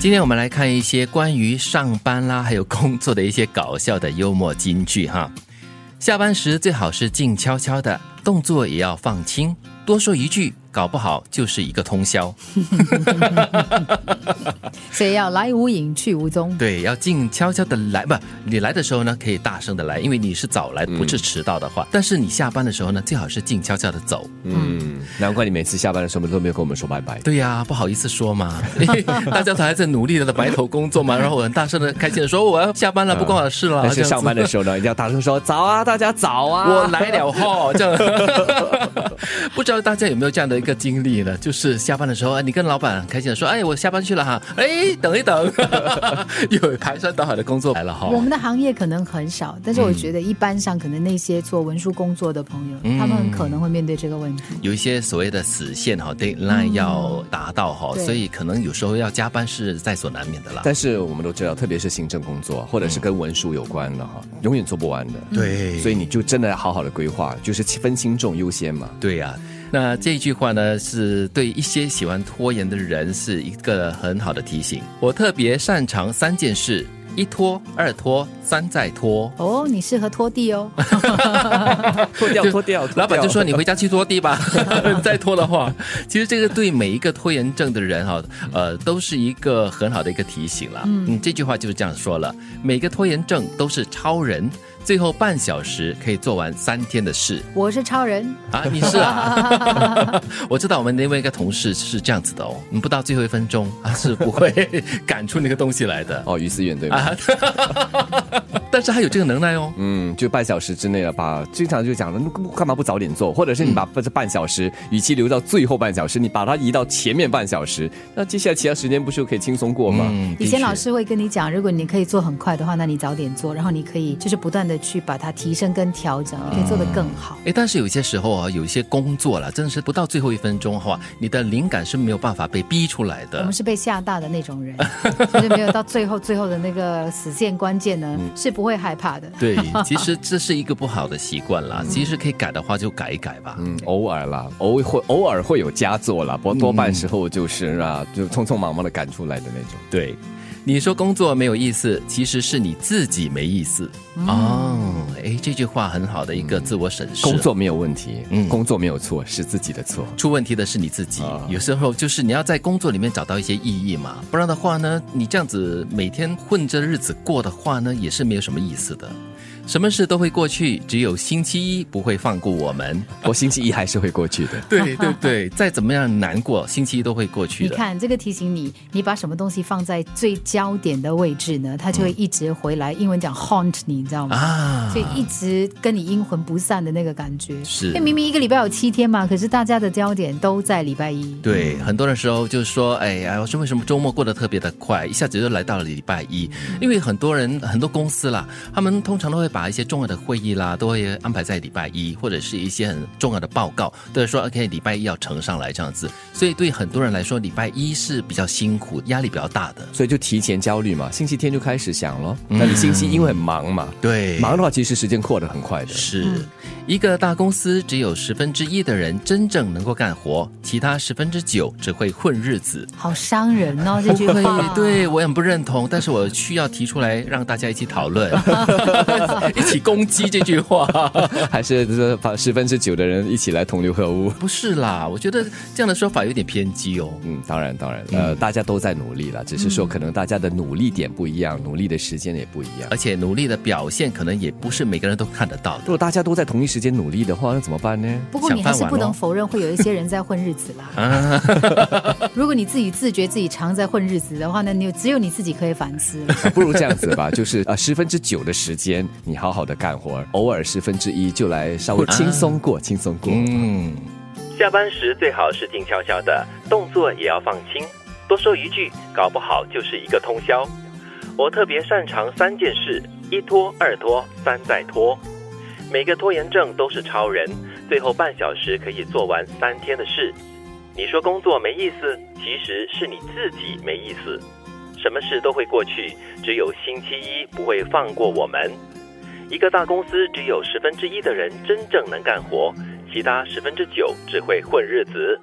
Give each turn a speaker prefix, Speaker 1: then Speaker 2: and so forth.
Speaker 1: 今天我们来看一些关于上班啦，还有工作的一些搞笑的幽默金句哈。下班时最好是静悄悄的，动作也要放轻，多说一句，搞不好就是一个通宵。
Speaker 2: 所以要来无影去无踪。
Speaker 1: 对，要静悄悄的来，不，你来的时候呢，可以大声的来，因为你是早来，不是迟到的话。但是你下班的时候呢，最好是静悄悄的走。
Speaker 3: 嗯，难怪你每次下班的时候都没有跟我们说拜拜。
Speaker 1: 对呀、不好意思说嘛， 因为大家都还在努力的埋头工作嘛，然后我很大声的、开心的说我要下班了，不关我的事了。
Speaker 3: 但
Speaker 1: 啊这
Speaker 3: 嗯是
Speaker 1: 样子
Speaker 3: 上班的时候呢，一定要大声说早啊，大家早啊！
Speaker 1: 我来了哈，这样。 不知道大家有没有这样的一个经历呢？就是下班的时候，哎你跟老板很开心的说：“哎，我下班去了哈。”哎，等一等， 有排山倒海的工作来了哈。
Speaker 2: 我们的行业可能很少，但是我觉得一般上可能那些做文书工作的朋友，
Speaker 1: 嗯
Speaker 2: 他们可能会面对这个问题。
Speaker 1: 有一些所谓的死线哈，deadline 要达到哈，
Speaker 2: 嗯对
Speaker 1: 所以可能有时候要加班是在所难免的啦。
Speaker 3: 但是我们都知道，特别是行政工作或者是跟文书有关的哈，永远做不完的。
Speaker 1: 嗯对
Speaker 3: 所
Speaker 1: 嗯所以
Speaker 3: 以你就真的要好好的规划，就是分轻重优先嘛。
Speaker 1: 对呀、那这一句话呢，是对一些喜欢拖延的人是一个很好的提醒。我特别擅长三件事：一拖、二拖、三再拖。
Speaker 2: 哦，你适合拖地 哦，
Speaker 3: 脱掉，脱哦掉。
Speaker 1: 老板就说：“你回家去拖地吧，再拖的话，其实这个对每一个拖延症的人哈，呃，都是一个很好的一个提醒了。嗯，这句话就是这样说了，每个拖延症都是超人，最后半小时可以做完三天的事
Speaker 2: 我是超人。
Speaker 1: 啊！你是啊？ 我知道我们另外一个同事是这样子的哦，你不到最后一分钟他是不会 赶出那个东西来的
Speaker 3: 哦，于思远对吗？
Speaker 1: 啊，但是他有这个能耐哦。”
Speaker 3: 嗯，就半小时之内了吧。经常就讲了，那干嘛不早点做？或者是
Speaker 1: 嗯
Speaker 3: 你把这半小时，与其留到最后半小时，你把它移到前面半小时，那接下来其他时间不是可以轻松过吗？
Speaker 1: 嗯，
Speaker 2: 以前
Speaker 1: 的确
Speaker 2: 老师会跟你讲，如果你可以做很快的话，那你早点做，然后你可以就是不断的去把它提升跟调
Speaker 1: 嗯
Speaker 2: 整，你可以做得更好。
Speaker 1: 哎，但是有些时候啊，有一些工作了，真的是不到最后一分钟的话，你的灵感是没有办法被逼出来
Speaker 2: 我
Speaker 1: 的
Speaker 2: 们。是被吓大的那种 人，就是没有到最后最后的那个死线关键呢，
Speaker 1: 嗯
Speaker 2: 是不会害怕的。
Speaker 1: 对，其实这是一个不好的习惯
Speaker 2: 嗯
Speaker 1: 啦。其实可以改的话，就改一改吧。
Speaker 3: 嗯，偶尔啦，偶会偶尔会有佳作啦，不过多半时候就是啊，就匆匆忙忙的赶出来的那种。
Speaker 1: 嗯对，你说工作没有意思，其实是你自己没意思。
Speaker 2: 嗯
Speaker 1: 哦，哎，这句话很好的一个自我审视。
Speaker 3: 工作没有问题，
Speaker 1: 嗯
Speaker 3: 工作没有错，是自己的 错。
Speaker 1: 出问题的是你自己
Speaker 3: 啊，
Speaker 1: 有时候就是你要在工作里面找到一些意义嘛，不然的话呢，你这样子每天混着日子过的话呢，也是没有什么意思的。什么事都会过去，只有星期一不会放过我们。
Speaker 3: 我星期一还是会过去的。
Speaker 1: 对对对， 再怎么样难过，星期一都会过去
Speaker 2: 你
Speaker 1: 的。
Speaker 2: 看这个提醒你，你把什么东西放在最焦点的位置呢？它就会一直回来。英文讲 haunt 你，你知道吗？
Speaker 1: 啊
Speaker 2: 所，以一直跟你阴魂不散的那个感觉。
Speaker 1: 是
Speaker 2: 因为明明一个礼拜有七天嘛，可是大家的焦点都在礼拜一。
Speaker 1: 对，很多的时候就是说，哎呀，我说为什么周末过得特别的快，一下子就来到了礼拜一？因为很多人、很多公司啦，他们通常都会把一些重要的会议啦，都会安排在礼拜一，或者是一些很重要的报告，都是说 OK，礼拜一要呈上来这样子。所以对很多人来说，礼拜一是比较辛苦、压力比较大的。
Speaker 3: 所以就提前焦虑嘛，星期天就开始想咯。那你星期因为很忙嘛，
Speaker 1: 嗯对
Speaker 3: 忙的话其实时间过得很快的。
Speaker 1: 是一个大公司只有十分之一的人真正能够干活，其他十分之九只会混日子。
Speaker 2: 好伤人 哦，这句
Speaker 1: 不会
Speaker 2: 话。，
Speaker 1: 对我很不认同，但是我需要提出来让大家一起讨论，一起攻击这句话。
Speaker 3: 还是就是把十分之九的人一起来同流合污。
Speaker 1: 不是啦，我觉得这样的说法有点偏激哦。
Speaker 3: 嗯，当然当然，呃，大家都在努力了，只是
Speaker 1: 嗯
Speaker 3: 说可能大家的努力点不一样，努力的时间也不一样
Speaker 1: 而。且努力的表现可能也不是每个人都看得到
Speaker 3: 如
Speaker 1: 的。
Speaker 3: 果大家都在同一时间努力的话，那怎么办呢？
Speaker 2: 不过你还是不
Speaker 1: 想饭碗
Speaker 2: 能
Speaker 1: 哦
Speaker 2: 否认，会有一些人在混 日子啦。
Speaker 1: 啊
Speaker 2: 如果你自己自觉自己常在混日子的话呢，你只有你自己可以反思了。
Speaker 3: 啊不如这样子吧，就是呃十分之九的时间你好好的干活，偶尔十分之一就来稍微轻松过，轻松过。
Speaker 1: 嗯，
Speaker 4: 下班时最好是静悄悄的，动作也要放轻，多说一句，搞不好就是一个通宵。我特别擅长三件事：一拖、二拖、三再拖。每个拖延症都是超人，最后半小时可以做完三天的事。你说工作没意思，其实是你自己没意思。什么事都会过去，只有星期一不会放过我们。一个大公司只有十分之一的人真正能干活，其他十分之九只会混日子。